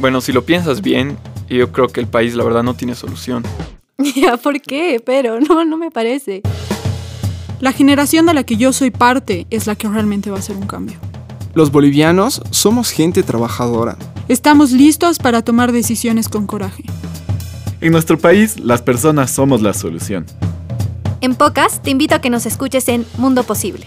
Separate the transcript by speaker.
Speaker 1: Bueno, si lo piensas bien, yo creo que el país la verdad no tiene solución.
Speaker 2: Ya, ¿por qué? Pero no, no me parece.
Speaker 3: La generación de la que yo soy parte es la que realmente va a hacer un cambio.
Speaker 4: Los bolivianos somos gente trabajadora.
Speaker 3: Estamos listos para tomar decisiones con coraje.
Speaker 5: En nuestro país, las personas somos la solución.
Speaker 6: En pocas, te invito a que nos escuches en Mundo Posible.